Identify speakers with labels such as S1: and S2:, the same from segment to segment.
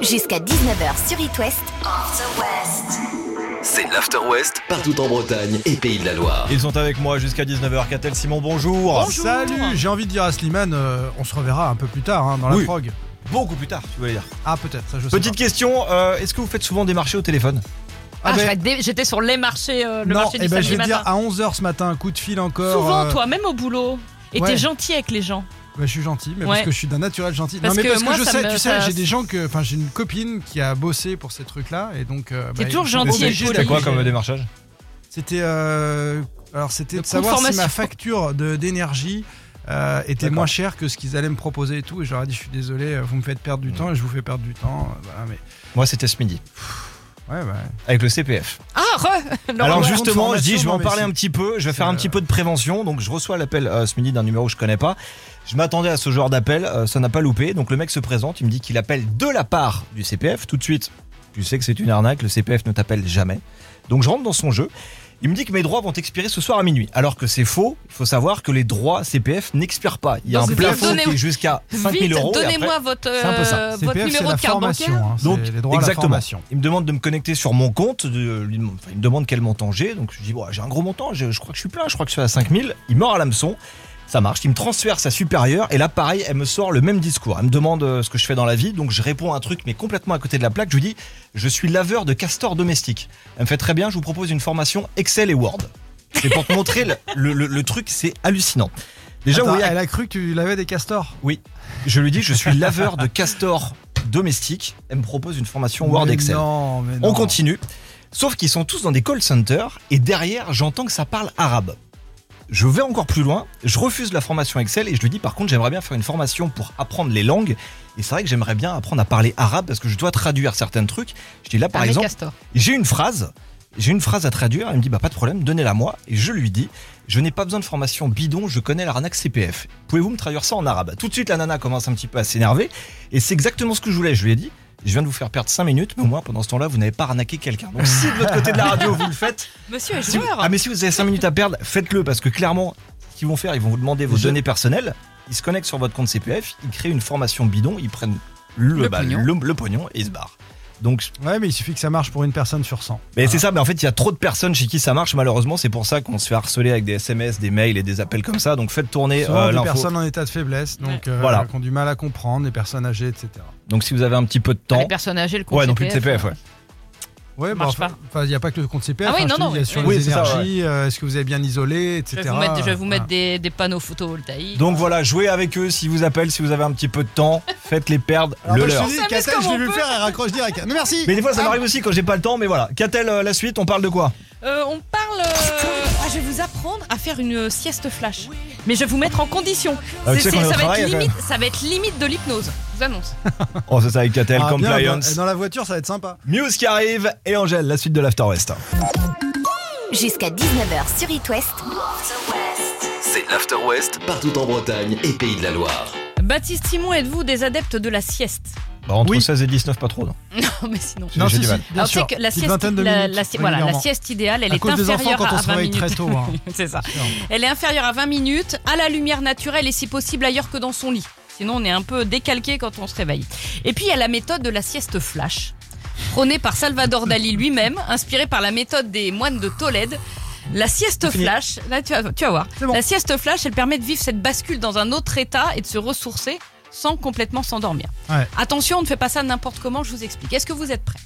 S1: Jusqu'à 19h sur It West.
S2: C'est l'After West, partout en Bretagne et Pays de la Loire.
S3: Ils sont avec moi jusqu'à 19h. Catel Simon, bonjour.
S4: Oh, Salut, j'ai envie de dire à Slimane, euh, on se reverra un peu plus tard hein, dans
S3: Oui.
S4: la prog.
S3: Beaucoup plus tard, tu voulais dire.
S4: Ah peut-être, ça je sais
S3: Petite question, euh, est-ce que vous faites souvent des marchés au téléphone
S4: pas.
S5: Ah,
S4: ben,
S5: je vais dé- J'étais sur les marchés, euh, le
S4: non,
S5: marché
S4: eh
S5: du
S4: ben, je
S5: samedi
S4: vais te dire
S5: matin.
S4: à 11h ce matin, coup de fil encore.
S5: Souvent,
S4: euh,
S5: toi, même au boulot. Et
S4: ouais.
S5: t'es gentil avec les gens.
S4: bah, je suis gentil, mais
S5: Ouais.
S4: parce que je suis d'un naturel gentil.
S5: Parce
S4: non mais
S5: que
S4: parce que
S5: moi,
S4: je
S5: ça
S4: sais,
S5: me-
S4: tu
S5: ça-
S4: sais, j'ai des gens que, enfin j'ai une copine qui a bossé pour ces trucs-là et donc. euh,
S5: T'es
S4: bah,
S5: toujours
S4: ils sont
S5: gentil et
S4: obligés
S5: poli.
S3: C'était
S4: d'aller-
S3: quoi comme démarchage
S4: C'était euh, alors c'était
S5: Le
S4: de savoir si
S5: conformation.
S4: ma facture de d'énergie. euh, était
S3: D'accord.
S4: moins chère que ce qu'ils allaient me proposer et tout et j'aurais dit je suis désolé euh, vous me faites perdre
S3: Mmh.
S4: du temps et je vous fais perdre du temps euh, voilà mais
S3: Moi, c'était ce midi,
S4: ouais bah,
S3: avec le CPF.
S5: Ah, re Non,
S3: Alors
S4: ouais.
S3: justement, je dis, je vais en
S4: Non, mais
S3: parler
S4: c'est-
S3: un petit peu, je vais
S4: c'est,
S3: faire un
S4: euh,
S3: petit peu de prévention. Donc je reçois l'appel euh, ce midi d'un numéro que je connais pas. Je m'attendais à ce genre d'appel, euh, ça n'a pas loupé. Donc le mec se présente, il me dit qu'il appelle de la part du CPF tout de suite. Tu sais que c'est une arnaque, le CPF ne t'appelle jamais. Donc je rentre dans son jeu. Il me dit que mes droits vont expirer ce soir à minuit. Alors que c'est faux, il faut savoir que les droits CPF n'expirent pas. Il y a
S5: Non,
S3: un
S5: c'est
S3: plafond
S5: donnez-
S3: qui est jusqu'à 5000
S5: Vite,
S3: euros. et après-
S5: donnez-moi votre,
S3: c'est un peu ça.
S5: euh, votre
S4: CPF, c'est
S5: numéro
S4: la
S5: de carte
S4: formation,
S5: bancaire.
S4: hein, c'est
S3: Donc,
S4: les droits à la
S3: exactement.
S4: formation.
S3: Il me demande de me connecter sur mon compte, de, lui dem- enfin, il me demande quel montant j'ai, donc je dis bon, j'ai un gros montant, je, je crois que je suis plein, je crois que je suis à 5000, il mord à l'hameçon, ça marche, il me transfère sa supérieure, et là pareil, elle me sort le même discours, elle me demande euh, ce que je fais dans la vie, donc je réponds à un truc mais complètement à côté de la plaque, je lui dis je suis laveur de castor domestique, elle me fait très bien, je vous propose une formation Excel et Word. C'est pour te montrer le, le- le- le truc, c'est hallucinant. Déjà,
S4: Attends,
S3: vous voyez à
S4: elle a cru que tu l'avais des castors.
S3: je lui dis, je suis laveur de castor domestique. Elle me propose une formation Word
S4: Mais
S3: Excel.
S4: Non, mais
S3: On
S4: non.
S3: continue. Sauf qu'ils sont tous dans des call centers et derrière, j'entends que ça parle arabe. Je vais encore plus loin, je refuse la formation Excel et je lui dis par contre j'aimerais bien faire une formation pour apprendre les langues et c'est vrai que j'aimerais bien apprendre à parler arabe parce que je dois traduire certains trucs. Je dis là par
S5: Un
S3: exemple
S5: Castor.
S3: j'ai une phrase, j'ai une phrase à traduire, elle me dit bah pas de problème, donnez-la moi et je lui dis je n'ai pas besoin de formation bidon, je connais l'arnaque CPF. Pouvez-vous me traduire ça en arabe Tout de suite la nana commence un petit peu à s'énerver et c'est exactement ce que je voulais, je lui ai dit je viens de vous faire perdre 5 minutes, mais au moins pendant ce temps-là, vous n'avez pas arnaqué quelqu'un. Donc si de l'autre côté de la radio, vous le faites,
S5: Monsieur est
S3: si vous-
S5: joueur.
S3: ah mais si vous avez 5 minutes à perdre, faites-le parce que clairement, ce qu'ils vont faire, ils vont vous demander vos
S4: Je-
S3: données personnelles, ils se connectent sur votre compte CPF, ils créent une formation bidon, ils prennent le,
S5: Le
S3: bah,
S5: pognon.
S3: le- le pognon et ils se barrent. Donc
S4: Ouais, mais il suffit que ça marche pour une personne sur 100.
S3: mais c'est ça, mais en fait, il y a trop de personnes chez qui ça marche, malheureusement. C'est pour ça qu'on se fait harceler avec des SMS, des mails et des appels comme ça. Donc faites tourner
S4: Souvent,
S3: euh,
S4: des
S3: l'info.
S4: personnes en état de faiblesse, donc euh,
S3: Voilà.
S4: qui ont du mal à comprendre, les personnes âgées, etc.
S3: Donc si vous avez un petit peu de temps.
S5: Ah, Les personnes âgées, le compte
S3: Ouais, non plus de
S5: CPF.
S3: CPF, ouais.
S4: Ouais,
S5: marche
S4: enfin,
S5: pas.
S4: enfin, il n'y a pas que le compte CPF.
S5: Ah oui,
S4: hein, je
S5: non,
S4: te
S5: non,
S4: dis, il y a
S5: oui.
S4: sur
S3: Oui,
S4: les
S3: c'est ça, ouais.
S4: énergies, euh, est-ce que vous avez bien isolé,
S5: Je
S4: etc.
S5: vais vous mettre, je vais vous mettre
S4: Voilà.
S5: des, des panneaux photovoltaïques.
S3: Donc voilà, jouez avec eux si vous appelez, si vous avez un petit peu de temps. Faites-les perdre
S4: Alors,
S3: le
S4: moi, je
S3: leur.
S4: te dis,
S5: On s'amuse
S4: Katel,
S5: comme
S4: je l'ai
S5: on
S4: vu
S5: peut.
S4: faire, elle raccroche direct. Mais merci
S3: Mais des fois, ça
S4: Ah,
S3: m'arrive aussi quand j'ai pas le temps. Mais voilà. Qu'a-t-elle euh, la suite On parle de quoi
S5: Euh, on parle. euh, ah, je vais vous apprendre à faire une euh, sieste flash. Mais je vais vous mettre en condition.
S3: Ah, tu
S5: C'est-
S3: sais qu'on
S5: c'est-
S3: est au
S5: ça, va
S3: travail,
S5: être
S3: quand même.
S5: limite, ça va être limite de l'hypnose. Je vous annonce.
S3: Oh, c'est ça avec Catel,
S4: bien,
S3: Compliance.
S4: bah, Dans la voiture, ça va être sympa.
S3: Muse qui arrive et Angèle, la suite de l'After West.
S1: Jusqu'à 19h sur It West.
S2: C'est l'After West, partout en Bretagne et Pays de la Loire.
S5: Baptiste Simon, êtes-vous des adeptes de la sieste
S3: Bah, entre
S4: Oui.
S3: 16 et 19, pas trop.
S5: Non, mais sinon.
S3: J'ai- j'ai du mal.
S4: bien
S5: Alors, Ah, tu sais
S4: sûr.
S5: que la
S4: Petite
S5: sieste,
S4: vingtaine de
S5: la,
S4: minutes,
S5: la si- voilà, la
S4: régulièrement.
S5: sieste idéale, elle
S4: À
S5: est
S4: cause des enfants
S5: inférieure
S4: quand on
S5: à
S4: se
S5: 20
S4: réveille
S5: minutes.
S4: très tôt. hein.
S5: C'est ça. Elle est inférieure à 20 minutes, à la lumière naturelle et si possible ailleurs que dans son lit. Sinon, on est un peu décalqué quand on se réveille. Et puis, il y a la méthode de la sieste flash, prônée par Salvador Dali lui-même, inspirée par la méthode des moines de Tolède. La sieste flash, là tu vas, tu vas voir,
S4: bon.
S5: la sieste flash, elle permet de vivre cette bascule dans un autre état et de se ressourcer sans complètement s'endormir.
S4: Ouais.
S5: Attention, on ne fait pas ça n'importe comment, je vous explique. Est-ce que vous êtes prêts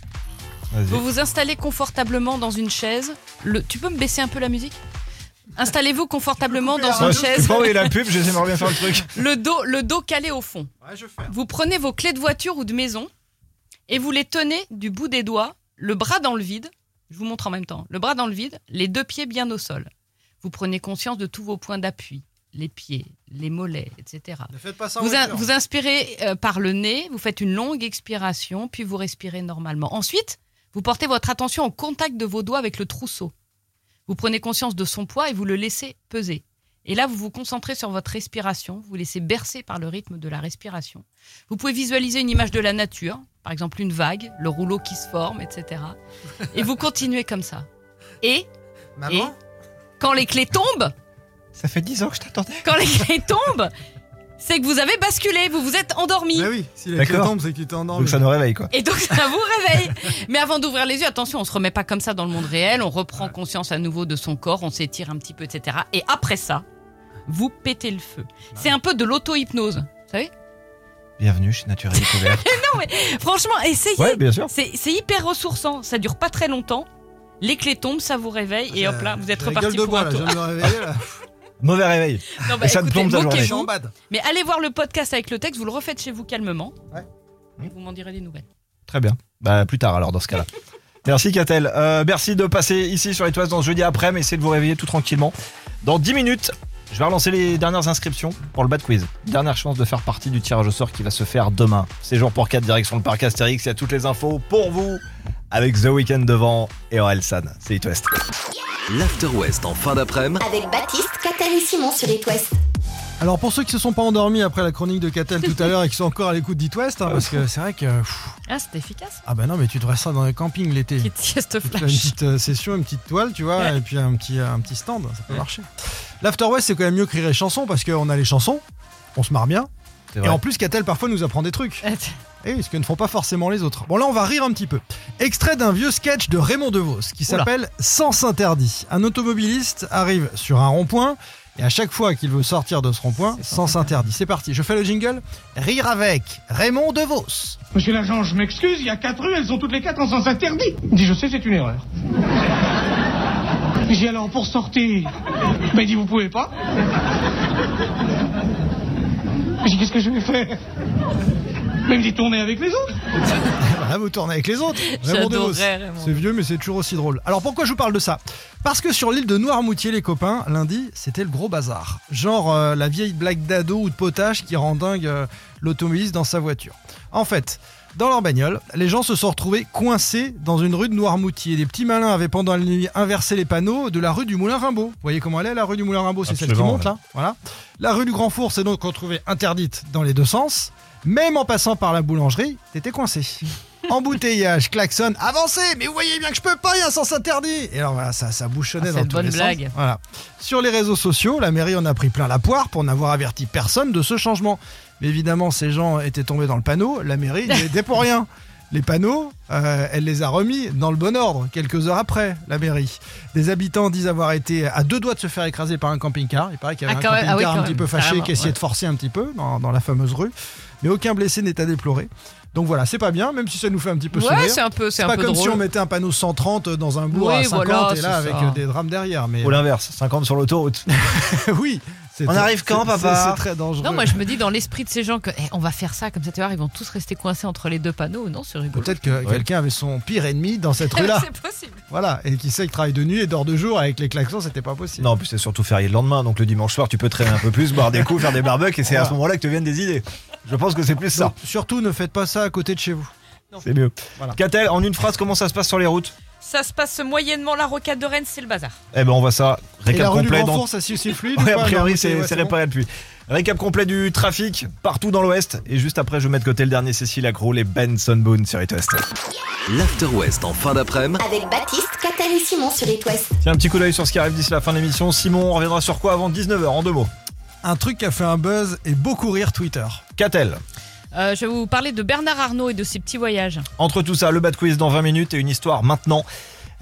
S5: vous vous installez confortablement dans une chaise. Le- tu peux me baisser un peu la musique Installez-vous confortablement dans une chaise,
S3: pas la pub, je j'aimerais bien faire le truc.
S5: le dos, le dos calé au fond.
S4: Ouais, je fais.
S5: Vous prenez vos clés de voiture ou de maison et vous les tenez du bout des doigts, le bras dans le vide. Je vous montre en même temps. Le bras dans le vide, les deux pieds bien au sol. Vous prenez conscience de tous vos points d'appui, les pieds, les mollets, etc.
S4: Ne faites pas ça. en
S5: Vous, in-
S4: voiture.
S5: vous inspirez euh, par le nez, vous faites une longue expiration, puis vous respirez normalement. Ensuite, vous portez votre attention au contact de vos doigts avec le trousseau. Vous prenez conscience de son poids et vous le laissez peser. Et là, vous vous concentrez sur votre respiration, vous vous laissez bercer par le rythme de la respiration. Vous pouvez visualiser une image de la nature, par exemple une vague, le rouleau qui se forme, etc. Et vous continuez comme ça. Et
S4: Maman
S5: quand les clés tombent,
S3: Ça fait 10 ans que je t'attendais.
S5: quand les clés tombent, c'est que vous avez basculé, vous vous êtes endormi.
S4: Mais Bah oui, si la clé
S3: D'accord.
S4: tombe, c'est que tu t'es endormi.
S3: Donc ça nous réveille quoi.
S5: Et donc ça vous réveille. Mais avant d'ouvrir les yeux, attention, on se remet pas comme ça dans le monde réel, on reprend conscience à nouveau de son corps, on s'étire un petit peu, etc. Et après ça, vous pétez le feu. C'est un peu de l'auto-hypnose. Vous savez
S3: Bienvenue chez Nature et Découverte.
S5: Franchement, essayez.
S3: ouais, bien sûr.
S5: C'est c'est hyper ressourçant, ça dure pas très longtemps. Les clés tombent, ça vous réveille et hop là, vous êtes
S4: J'ai la gueule
S5: reparti
S4: de
S5: pour
S4: bois,
S5: un
S4: là,
S5: tour.
S4: je viens de me réveiller, là.
S3: Mauvais réveil.
S5: Non, bah,
S3: Et ça te plombe ta journée.
S4: Je
S5: moquez-vous,
S4: suis en bad.
S5: Mais allez voir le podcast avec le texte, vous le refaites chez vous calmement.
S4: Ouais.
S5: Et Vous m'en direz des nouvelles.
S3: Très bien. Bah, plus tard alors dans ce cas-là. Merci Catel. Euh, merci de passer ici sur les toises dans ce jeudi après, mais essayez de vous réveiller tout tranquillement. Dans 10 minutes, je vais relancer les dernières inscriptions pour le bad quiz. Dernière chance de faire partie du tirage au sort qui va se faire demain. Séjour pour 4 direction le parc Astérix, il y a toutes les infos pour vous avec The Weeknd devant et Orelsan. C'est It West.
S2: L'After West en fin d'après-midi
S1: Avec Baptiste, Catel et Simon sur It West.
S4: Alors pour ceux qui se sont pas endormis après la chronique de Catel tout à l'heure et qui sont encore à l'écoute d'It West, hein, parce que c'est vrai que pff,
S5: Ah, c'était efficace.
S4: ah ben non mais tu devrais ça dans les campings l'été.
S5: Petite sieste
S4: Tu fais Une
S5: flash.
S4: petite euh, session, une petite toile, tu vois, et puis un petit, euh, un petit stand, ça peut marcher. L'After West, c'est quand même mieux que rire et chanson parce qu'on a les chansons, on se marre bien,
S3: C'est
S4: et en plus, Catel parfois nous apprend des trucs, et ce que ne font pas forcément les autres. Bon, là, on va rire un petit peu. Extrait d'un vieux sketch de Raymond DeVos qui
S3: Oula.
S4: s'appelle Sens interdit. Un automobiliste arrive sur un rond-point, et à chaque fois qu'il veut sortir de ce rond-point, Sens interdit. C'est parti, je fais le jingle. Rire avec Raymond DeVos.
S6: Monsieur l'agent, je m'excuse, il y a quatre rues, elles ont toutes les quatre en sens interdit. Il dit, je sais, c'est une erreur. J'ai dit, alors, pour sortir Ben, il dit, vous pouvez pas. J'ai dit, qu'est-ce que je vais faire Mais il me dit, tournez avec les autres.
S4: Voilà, Ah, vous tournez avec les autres. Raymond
S5: J'adorerais
S4: DeVos.
S5: Raymond.
S4: C'est vieux, mais c'est toujours aussi drôle. Alors pourquoi je vous parle de ça Parce que sur l'île de Noirmoutier, les copains, lundi, c'était le gros bazar. Genre euh, la vieille blague d'ado ou de potache qui rend dingue euh, l'automobiliste dans sa voiture. En fait, dans leur bagnole, les gens se sont retrouvés coincés dans une rue de Noirmoutier. Des petits malins avaient pendant la nuit inversé les panneaux de la rue du Moulin Rimbaud. Vous voyez comment elle est, la rue du Moulin Rimbaud C'est celle qui
S3: Absolument,
S4: monte là. Voilà. La rue du Grand Four s'est donc retrouvée interdite dans les deux sens. Même en passant par la boulangerie, t'étais coincé. Embouteillage, klaxon, avancez Mais vous voyez bien que je peux pas, il y a un sens interdit Et alors voilà, ça, ça bouchonnait
S5: Ah,
S4: dans
S5: cette
S4: tous
S5: bonne
S4: les sens.
S5: blague.
S4: Voilà. Sur les réseaux sociaux, la mairie en a pris plein la poire pour n'avoir averti personne de ce changement. Mais évidemment, ces gens étaient tombés dans le panneau, la mairie n'y était pour rien. Les panneaux, euh, elle les a remis dans le bon ordre quelques heures après, la mairie. Des habitants disent avoir été à deux doigts de se faire écraser par un camping-car. Il paraît qu'il y avait un
S5: Ah, quand même,
S4: camping-car
S5: ah oui,
S4: un
S5: quand
S4: petit
S5: même,
S4: peu fâché
S5: carrément,
S4: qui essayait
S5: ouais.
S4: de forcer un petit peu dans, dans la fameuse rue. Mais aucun blessé n'est à déplorer. Donc voilà, c'est pas bien, même si ça nous fait un petit peu
S5: Ouais,
S4: sourire.
S5: c'est un peu, c'est
S4: C'est
S5: un
S4: pas
S5: peu
S4: comme si on
S5: drôle.
S4: mettait un panneau 130 dans un bourg
S5: Oui,
S4: à 50
S5: voilà,
S4: et
S5: c'est
S4: là avec
S5: ça.
S4: euh, des drames derrière. Mais
S3: Ou l'inverse, 50 sur l'autoroute.
S4: oui, c'est-
S3: On arrive quand,
S4: c'est-
S3: papa
S4: c'est- C'est très dangereux.
S5: Non, moi je me dis dans l'esprit de ces gens que eh, on va faire ça, comme ça tu vois, ils vont tous rester coincés entre les deux panneaux. Non, c'est rigolo.
S4: Peut-être que quelqu'un avait son pire ennemi dans cette rue-là,
S5: c'est possible.
S4: voilà, et qui sait qu'il travaille de nuit et dort de jour avec les klaxons, c'était pas possible.
S3: non, en plus c'est surtout férié le lendemain, donc le dimanche soir tu peux traîner un peu plus, boire des coups, faire des barbecues, et c'est à ce moment-là que te viennent des idées. Je pense que c'est plus ça.
S4: Donc, surtout, ne faites pas ça à côté de chez vous.
S3: C'est mieux.
S4: Voilà.
S3: Catel, en une phrase, comment ça se passe sur les routes
S5: Ça se passe moyennement la rocade de Rennes, c'est le bazar.
S3: Eh ben, on voit ça.
S4: Et la
S3: Récap
S4: rue du
S3: complet.
S4: Grand
S3: dans-
S4: Four, ça suit c'est fluide. ou
S3: Ouais,
S4: pas
S3: a
S4: Non,
S3: priori, c'est
S4: ouais,
S3: c'est
S4: bon.
S3: réparé depuis. Récap complet du trafic partout dans l'Ouest. Et juste après, je vais mettre de côté le dernier Cécile Agro, les Benson Boone sur It West.
S2: L'After West en fin d'après-midi
S1: Avec Baptiste, Catel et Simon sur It West.
S3: Tiens, un petit coup d'œil sur ce qui arrive d'ici la fin de l'émission. Simon, on reviendra sur quoi avant 19h en deux mots
S4: Un truc qui a fait un buzz et beaucoup rire Twitter.
S3: Catel.
S5: Euh, je vais vous parler de Bernard Arnault et de ses petits voyages.
S3: Entre tout ça, le bad quiz dans 20 minutes et une histoire maintenant.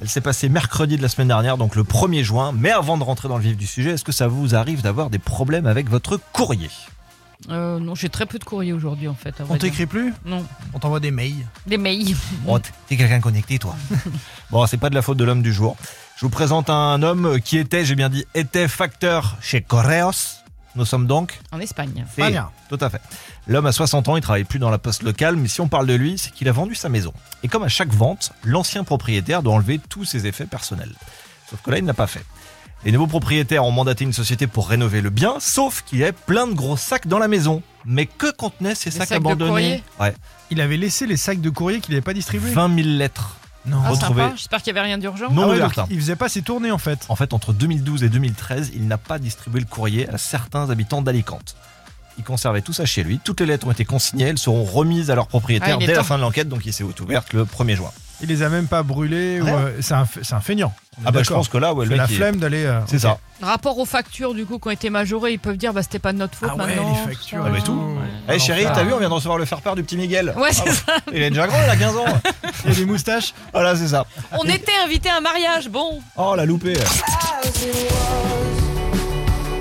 S3: Elle s'est passée mercredi de la semaine dernière, donc le 1er juin. Mais avant de rentrer dans le vif du sujet, est-ce que ça vous arrive d'avoir des problèmes avec votre courrier
S5: Euh, non, j'ai très peu de courriers aujourd'hui en fait. à vrai
S4: On
S5: dire.
S4: t'écrit plus
S5: Non,
S4: On t'envoie des mails.
S5: des mails.
S3: Bon, t- t'es quelqu'un de connecté, toi. bon, c'est pas de la faute de l'homme du jour. Je vous présente un homme qui était, j'ai bien dit, était facteur chez Correos. Nous sommes donc.
S5: En Espagne.
S3: c'est-
S4: Espagne.
S3: Tout à fait. L'homme a 60 ans, il travaille plus dans la poste locale, mais si on parle de lui, c'est qu'il a vendu sa maison. Et comme à chaque vente, l'ancien propriétaire doit enlever tous ses effets personnels. Sauf que là, il n'a pas fait. Les nouveaux propriétaires ont mandaté une société pour rénover le bien, sauf qu'il y avait plein de gros sacs dans la maison. Mais que contenaient ces
S5: Des
S3: sacs,
S5: sacs de
S3: abandonnés
S5: courrier
S3: Ouais,
S4: Il avait laissé les sacs de courrier qu'il n'avait pas distribués.
S3: 20 000 lettres.
S4: Non.
S5: Ah,
S3: Retrouver-
S5: sympa. J'espère qu'il n'y avait rien d'urgent.
S3: Non
S4: Ah ouais,
S3: ouvertes,
S4: donc,
S3: hein.
S4: il faisait pas ses tournées en fait.
S3: En fait, entre 2012 et 2013, il n'a pas distribué le courrier à certains habitants d'Alicante. Il conservait tout ça chez lui. Toutes les lettres ont été consignées. Elles seront remises à leur propriétaire
S5: Ah, il est
S3: dès la
S5: temps.
S3: fin de l'enquête. Donc, il s'est ouverte le 1er juin.
S4: Il les a même pas brûlés. ou,
S3: Ouais.
S4: euh, c'est un, f- c'est un feignant. On est
S3: Ah, bah, je
S4: d'accord.
S3: pense que là, ouais,
S4: C'est
S3: le
S4: la
S3: mec. il-
S4: flemme d'aller. euh,
S3: C'est ça.
S5: Rapport aux factures, du coup, qui ont été majorées, ils peuvent dire, bah, c'était pas de notre faute
S4: Ah ouais,
S5: maintenant.
S4: les factures.
S3: Ah, mais
S4: et
S3: tout. Eh
S4: Alors,
S3: chérie,
S4: ça-
S3: t'as vu, on vient de recevoir le faire-part du petit Miguel.
S5: Ouais, c'est
S3: Ah,
S5: ça.
S3: Il est déjà grand, il a 15 ans.
S4: Il y a des moustaches.
S3: Voilà, c'est ça.
S5: On était invité à un mariage, bon.
S3: Oh, la loupée.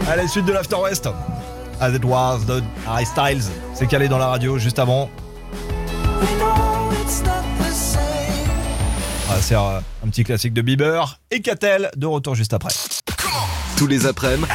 S3: Allez, suite de l'After West. As it was, de Harry Styles. C'est calé dans la radio juste avant. Ah, c'est euh, un petit classique de Bieber. Et Catel, de retour juste après.
S2: Tous les après-midi,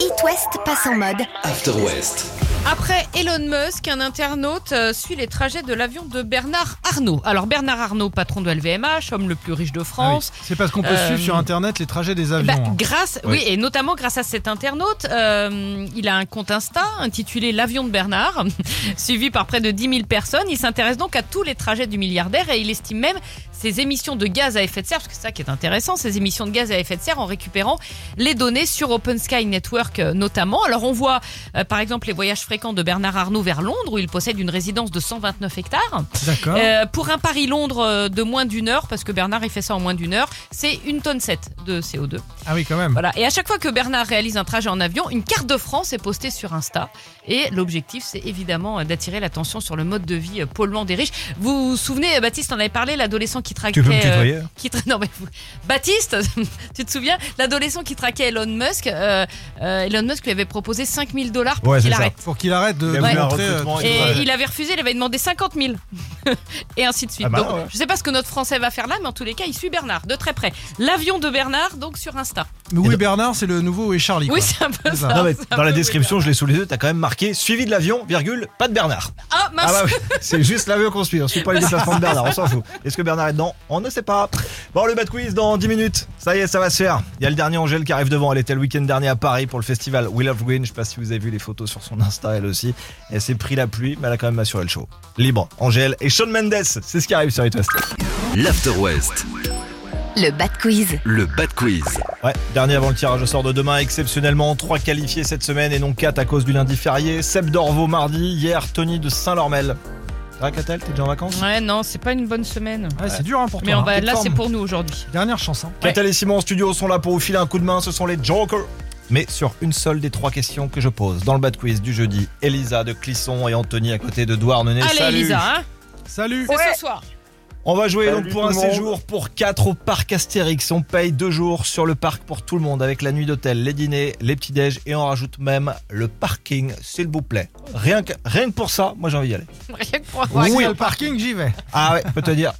S1: It West passe en mode.
S2: After West.
S5: Après Elon Musk, un internaute euh, suit les trajets de l'avion de Bernard Arnault. Alors, Bernard Arnault, patron de LVMH, homme le plus riche de
S4: Ah oui.
S5: France,
S4: C'est parce qu'on peut
S5: Euh,
S4: suivre sur internet les trajets des
S5: Bah,
S4: avions. hein.
S5: grâce, oui, et notamment grâce à cet internaute, euh, il a un compte Insta intitulé L'avion de Bernard, suivi par près de 10 000 personnes. Il s'intéresse donc à tous les trajets du milliardaire et il estime même ses émissions de gaz à effet de serre, parce que c'est ça qui est intéressant, ses émissions de gaz à effet de serre en récupérant les données sur Open Sky Network euh, notamment. Alors on voit euh, par exemple les voyages fréquents de Bernard Arnault vers Londres où il possède une résidence de 129 hectares.
S4: D'accord.
S5: Euh, pour un Paris-Londres euh, de moins d'une heure, parce que Bernard il fait ça en moins d'une heure, c'est une tonne 7 de CO2.
S4: ah oui, quand même.
S5: Voilà. Et à chaque fois que Bernard réalise un trajet en avion, une carte de France est postée sur Insta. Et l'objectif, c'est évidemment euh, d'attirer l'attention sur le mode de vie euh, polluant des riches. Vous vous souvenez, euh, Baptiste, on avait parlé, l'adolescent qui traquait.
S3: Tu peux me
S5: euh,
S3: tutoyer
S5: qui tra- non, mais vous- Baptiste, tu te souviens, l'adolescent qui traquait Elon Musk, euh, euh, Elon Musk lui avait proposé 5000 dollars pour
S3: Ouais,
S5: qu'il
S3: c'est ça.
S5: arrête.
S4: Pour qu'il arrête de.
S3: Il a
S4: de
S3: voulu un
S4: montrer, euh,
S3: recrutement
S5: Et
S3: Ouais.
S5: il avait refusé, il avait demandé 50 000. et ainsi de suite.
S3: Ah bah
S5: donc,
S3: ouais.
S5: je sais pas ce que notre Français va faire là, mais en tous les cas, il suit Bernard de très près. L'avion de Bernard, donc sur Insta.
S4: Mais
S3: Et
S4: oui,
S3: donc-
S4: Bernard, c'est le nouveau et Charlie. quoi.
S5: Oui, c'est un peu
S4: C'est ça.
S5: ça.
S3: hein. Non, mais
S5: c'est un
S3: dans la
S5: peu
S3: description, je l'ai sous les yeux, t'as quand même marqué suivi de l'avion, virgule, pas de Bernard.
S5: Ah, mince.
S3: Ah bah oui, c'est juste l'avion qu'on suit, on suit pas les déplacements de Bernard, on s'en fout. Est-ce que Bernard est dedans On ne sait pas. Bon, le bad quiz dans 10 minutes, ça y est, ça va se faire. Il y a le dernier Angèle qui arrive devant, elle était le week-end dernier à Paris pour le festival Will of Green, je sais pas si vous avez vu les photos sur son Insta, elle aussi. Elle s'est pris la pluie, mais elle a quand même assuré le show. Libre, Angèle et Sean Mendes, c'est ce qui arrive sur It West.
S2: L'After West,
S1: Le Bat Quiz.
S2: le Bad Quiz.
S3: Ouais, dernier avant le tirage au sort de demain, exceptionnellement, 3 qualifiés cette semaine et non 4 à cause du lundi férié. Seb Dorvo mardi, hier Tony de Saint-Lormel. Ah, Catel, t'es déjà en vacances
S5: Ouais, non, c'est pas une bonne semaine.
S4: Ouais, c'est dur hein, pour toi.
S5: Mais on
S4: hein.
S5: va,
S4: T'es
S5: là,
S4: de
S5: c'est
S4: forme.
S5: pour nous aujourd'hui.
S4: Dernière chance. hein.
S3: Catel et Simon en studio sont là pour vous filer un coup de main, ce sont les Jokers. Mais sur une seule des trois questions que je pose dans le bad quiz du jeudi, Elisa de Clisson et Anthony à côté de Douarnenez.
S5: Allez,
S3: Salut.
S5: Elisa, hein
S4: Salut.
S5: c'est ce soir.
S3: On va jouer
S7: Salut
S3: donc pour
S7: tout
S3: un
S7: le monde.
S3: séjour pour 4 au parc Astérix. On paye deux jours sur le parc pour tout le monde avec la nuit d'hôtel, les dîners, les petits déj et on rajoute même le parking, s'il vous plaît. Rien que, rien que pour ça, moi j'ai envie d'y aller.
S5: Rien que pour avoir
S4: Oui.
S5: accès
S4: Sur
S5: au
S4: le
S5: parc.
S4: parking, j'y vais.
S3: Ah ouais, peut te dire.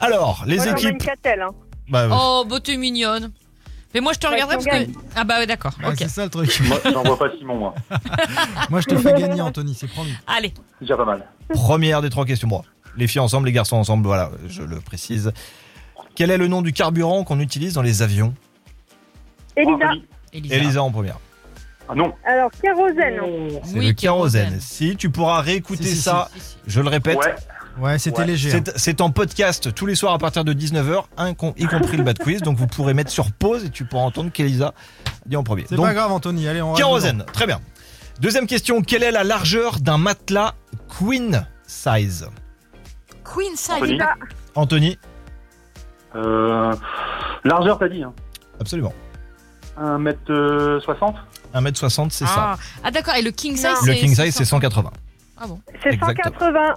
S3: Alors, les
S7: Moi, j'emmène
S3: équipes.
S7: Catel, hein.
S3: Bah, ouais.
S5: Oh, bah, t'es mignonne. Mais moi, je te
S7: Ouais,
S5: regarderai
S7: on
S5: parce que. Ah, bah, ouais, d'accord.
S4: Ouais,
S5: ok.
S4: C'est ça le truc.
S8: Moi, j'en vois pas Simon, moi.
S4: Moi, je te fais gagner, Anthony, c'est promis.
S5: Allez.
S8: C'est déjà pas mal.
S3: Première des trois questions. Bon, les filles ensemble, les garçons ensemble, voilà, je le précise. Quel est le nom du carburant qu'on utilise dans les avions
S7: Elisa.
S8: Anthony.
S5: Elisa.
S3: Elisa en première.
S8: Ah non.
S7: Alors, kérosène.
S3: C'est
S5: Oui,
S3: le kérosène. Ah, Si tu pourras réécouter
S4: Si, si,
S3: ça,
S5: Si, si.
S3: je le répète,
S8: Ouais.
S4: Ouais, c'était
S8: Ouais.
S4: léger. hein.
S3: c'est- c'est en podcast tous les soirs à partir de 19h, y compris le bad quiz. Donc vous pourrez mettre sur pause et tu pourras entendre qu'Elisa dit en premier.
S4: C'est
S3: Donc,
S4: pas grave, Anthony. Allez, on va.
S3: kérosène, très bien. Deuxième question, quelle est la largeur d'un matelas queen size
S5: Queen Sally.
S8: Anthony.
S7: Elisa.
S3: Anthony
S8: Euh, largeur, t'as dit hein. euh,
S3: Absolument.
S8: 1m60
S3: 1m60, c'est ça.
S5: Ah, Ah, d'accord. Et le king size,
S7: Non.
S5: c'est.
S3: Le king size, c'est 180.
S5: Ah bon
S7: C'est
S3: Exactement.
S7: 180.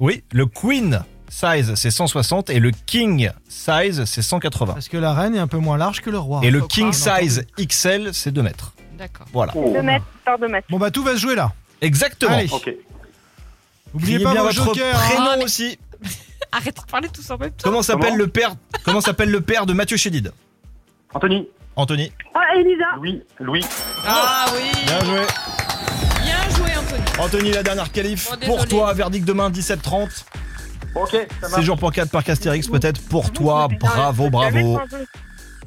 S3: Oui, le queen size c'est 160 et le king size c'est 180.
S4: Parce que la reine est un peu moins large que le roi.
S3: Et le
S5: faut
S3: king
S5: croire,
S3: size XL c'est 2 mètres.
S5: D'accord.
S3: Voilà.
S8: Oh,
S7: 2 mètres par 2 mètres.
S4: Bon, bah, tout va se jouer là.
S3: Exactement.
S4: Allez.
S8: ok.
S4: Oubliez
S3: Criez
S4: pas
S3: bien
S4: vos
S3: votre
S4: jokers. hein.
S3: prénom
S5: Ah, mais-
S3: aussi.
S5: Arrête de parler tous en même temps.
S3: Comment s'appelle
S8: Comment
S3: le père Comment s'appelle le père de Mathieu Chédid
S8: Anthony.
S3: Anthony.
S7: Ah, Elisa.
S8: Louis. Louis.
S5: Ah, oui.
S3: Bien joué.
S5: Bien joué, Anthony.
S3: Anthony la dernière qualif
S5: Oh, désolé.
S3: pour toi verdict demain 17h30.
S8: Ok, ça marche.
S3: Séjour pour 4 par Castérix peut-être pour toi. Bravo bravo.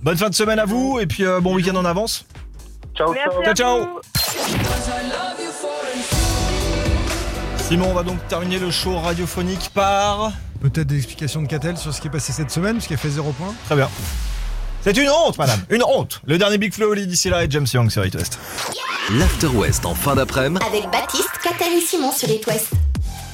S3: Bonne fin de semaine à vous et puis euh, bon week-end en avance.
S8: Ciao, ciao.
S7: Merci. à
S3: Ciao, ciao.
S7: vous.
S3: Simon on va donc terminer le show radiophonique par
S4: hein. Peut-être des explications de Catel sur ce qui est passé cette semaine, puisqu'elle fait 0 points.
S3: Très bien. C'est une honte, madame. Une honte. Le dernier Big Flow d'ici là est James Young sur It West.
S2: L'After West en fin d'après-midi
S1: Avec Baptiste, Catherine Simon sur It West.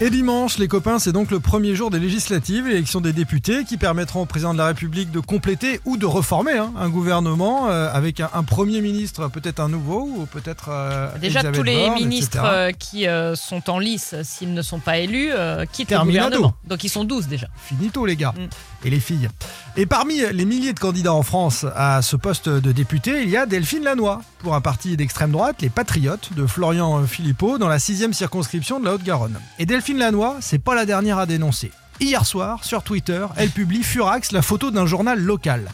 S4: Et dimanche, les copains, c'est donc le premier jour des législatives, l'élection des députés, qui permettront au président de la République de compléter ou de reformer hein, un gouvernement euh, avec un, un premier ministre, peut-être un nouveau, ou peut-être. euh,
S9: Déjà,
S4: Elisabeth
S9: tous les
S4: Borne,
S9: ministres
S4: etc.
S9: euh, qui euh, sont en lice, s'ils ne sont pas élus, euh, quittent
S4: Terminado.
S9: le gouvernement. Donc ils sont 12 déjà.
S4: Finito, les gars.
S9: Mm.
S4: Et les filles. Et parmi les milliers de candidats en France à ce poste de député, il y a Delphine Lannoy, pour un parti d'extrême droite, les Patriotes, de Florian Philippot, dans la 6 circonscription de la Haute-Garonne. Et Delphine Lannoy, c'est pas la dernière à dénoncer. Hier soir, sur Twitter, elle publie Furax, la photo d'un journal local.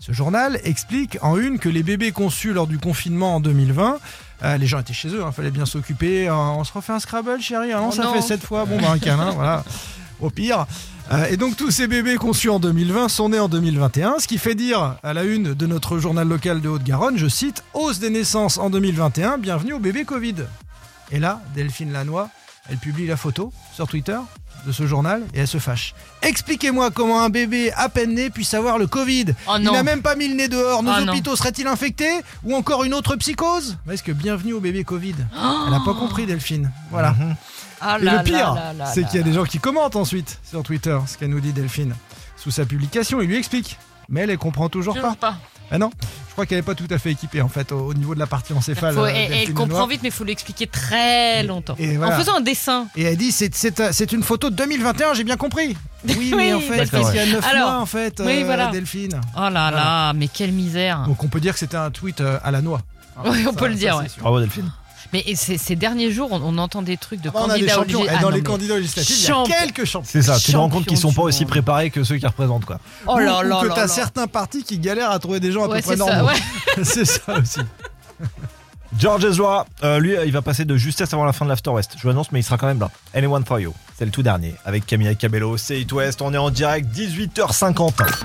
S4: Ce journal explique en une que les bébés conçus lors du confinement en 2020, euh, les gens étaient chez eux, il fallait bien s'occuper. euh, on se refait un Scrabble, chérie Ah non,
S5: Oh
S4: ça
S5: non.
S4: fait sept fois. Bon, bah, un câlin, voilà. Au pire. Euh, et donc, tous ces bébés conçus en 2020 sont nés en 2021, ce qui fait dire à la une de notre journal local de Haute-Garonne, je cite, Hausse des naissances en 2021, bienvenue aux bébés Covid. Et là, Delphine Lannoy, elle publie la photo sur Twitter de ce journal et elle se fâche. Expliquez-moi comment un bébé à peine né puisse avoir le Covid.
S9: Oh
S4: Il
S9: non.
S4: n'a même pas mis le nez dehors. Nos
S9: Ah non.
S4: hôpitaux seraient-ils infectés Ou encore une autre psychose Est-ce que bienvenue au bébé Covid Elle n'a pas compris Delphine. Voilà.
S9: Oh. Ah
S4: Et
S9: là
S4: le pire,
S9: là là là
S4: c'est
S9: là
S4: qu'il y a
S9: là.
S4: des gens qui commentent ensuite sur Twitter ce qu'elle nous dit Delphine. Sous sa publication, il lui explique. Mais elle, elle comprend toujours pas.
S9: Toujours pas.
S4: Ah non, je crois qu'elle n'est pas tout à fait équipée en fait au, au niveau de la partie encéphale.
S9: Faut- et-
S4: euh,
S9: et
S4: Delphine
S9: elle
S4: Lenoir.
S9: comprend vite, mais il faut l'expliquer très longtemps.
S4: Et voilà.
S9: En faisant un dessin.
S4: Et elle dit c'est- c'est euh, c'est une photo de 2021, j'ai bien compris. Oui,
S9: Oui,
S4: mais en fait,
S9: Delphine.
S4: parce qu'il y a 9
S9: Alors,
S4: mois en fait,
S9: oui,
S4: euh,
S9: voilà.
S4: Delphine.
S9: Oh là là, mais quelle misère.
S4: Donc on peut dire que c'était un tweet euh, à la noix.
S9: Oui, on peut le dire,
S4: c'est
S9: ouais.
S4: sûr.
S3: Bravo Delphine.
S9: Mais et ces, ces derniers jours, on, on entend des trucs de
S4: Ah bah, on a des
S9: candidats
S4: champions.
S9: obligés-
S4: Et
S9: Ah
S4: dans
S9: non,
S4: les
S9: mais-
S4: candidats législatifs, il y
S9: Champ-
S4: a quelques champions.
S3: C'est ça, tu te rends compte qu'ils sont pas
S9: Champion du
S3: aussi
S9: monde.
S3: préparés que ceux qui représentent quoi.
S9: Oh là
S4: ou, ou
S9: là
S4: que
S9: là
S4: t'as
S9: là.
S4: certains partis qui galèrent à trouver des gens à
S9: Ouais,
S4: peu près
S9: c'est ça,
S4: normaux.
S9: ouais.
S4: c'est ça aussi.
S3: George Ezra, euh, lui, il va passer de justesse avant la fin de l'After West. Je vous l'annonce, mais il sera quand même là. Anyone for You, c'est le tout dernier. Avec Camilla Cabello, c'est It West, on est en direct, 18h50.